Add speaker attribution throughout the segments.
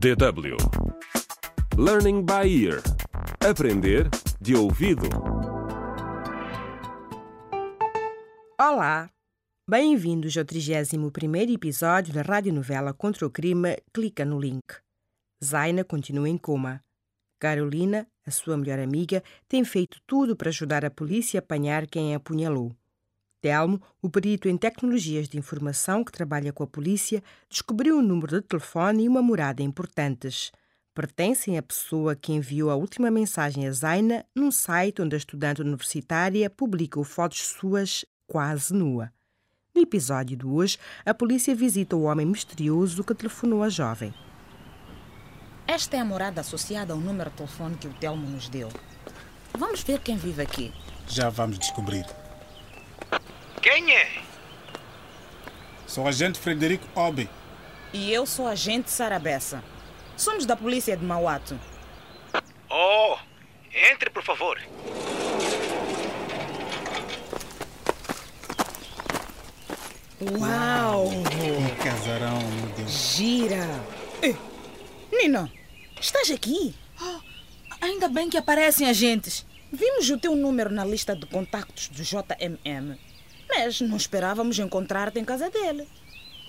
Speaker 1: DW Learning by Ear Aprender de ouvido
Speaker 2: Olá! Bem-vindos ao 31º episódio da radionovela Contra o Crime Clica no Link. Zaina continua em coma. Carolina, a sua melhor amiga, tem feito tudo para ajudar a polícia a apanhar quem a apunhalou. Telmo, o perito em tecnologias de informação que trabalha com a polícia, descobriu um número de telefone e uma morada importantes. Pertencem à pessoa que enviou a última mensagem a Zaina num site onde a estudante universitária publicou fotos suas quase nua. No episódio de hoje, a polícia visita o homem misterioso que telefonou à jovem.
Speaker 3: Esta é a morada associada ao número de telefone que o Telmo nos deu. Vamos ver quem vive aqui.
Speaker 4: Já vamos descobrir.
Speaker 5: Quem é?
Speaker 4: Sou o agente Frederico Obi.
Speaker 3: E eu sou a agente Sara Bessa. Somos da polícia de Mauato.
Speaker 5: Oh, entre, por favor.
Speaker 3: Uau!
Speaker 4: Um casarão, meu Deus.
Speaker 3: Gira! Eh, Nina, estás aqui? Oh, ainda bem que aparecem agentes. Vimos o teu número na lista de contactos do JMM, mas não esperávamos encontrar-te em casa dele.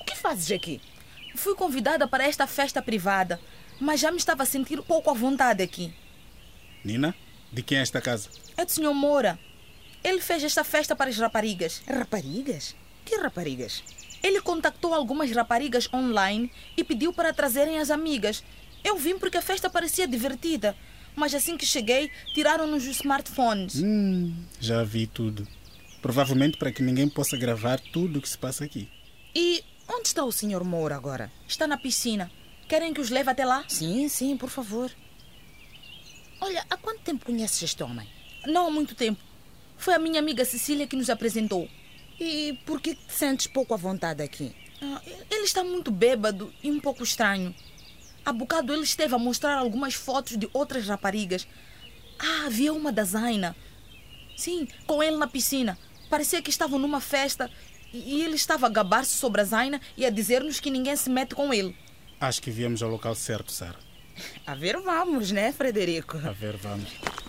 Speaker 3: O que fazes aqui?
Speaker 6: Fui convidada para esta festa privada, mas já me estava a sentir pouco à vontade aqui.
Speaker 4: Nina, de quem é esta casa?
Speaker 6: É do senhor Moura. Ele fez esta festa para as raparigas.
Speaker 3: Raparigas? Que raparigas?
Speaker 6: Ele contactou algumas raparigas online e pediu para trazerem as amigas. Eu vim porque a festa parecia divertida, mas assim que cheguei, tiraram-nos os smartphones.
Speaker 4: Hum, já vi tudo. Provavelmente para que ninguém possa gravar tudo o que se passa aqui.
Speaker 3: E onde está o senhor Moura agora?
Speaker 6: Está na piscina. Querem que os leve até lá?
Speaker 3: Sim, sim, por favor. Olha, há quanto tempo conheces este homem?
Speaker 6: Não há muito tempo. Foi a minha amiga Cecília que nos apresentou.
Speaker 3: E por que te sentes pouco à vontade aqui?
Speaker 6: Ah, Ele está muito bêbado e um pouco estranho. Há bocado ele esteve a mostrar algumas fotos de outras raparigas. Ah, havia uma da Zaina. Sim, com ele na piscina. Parecia que estavam numa festa e e ele estava a gabar-se sobre a Zaina e a dizer-nos que ninguém se mete com ele.
Speaker 4: Acho que viemos ao local certo, Sara.
Speaker 3: A ver, vamos, né, Frederico?
Speaker 4: A ver, vamos.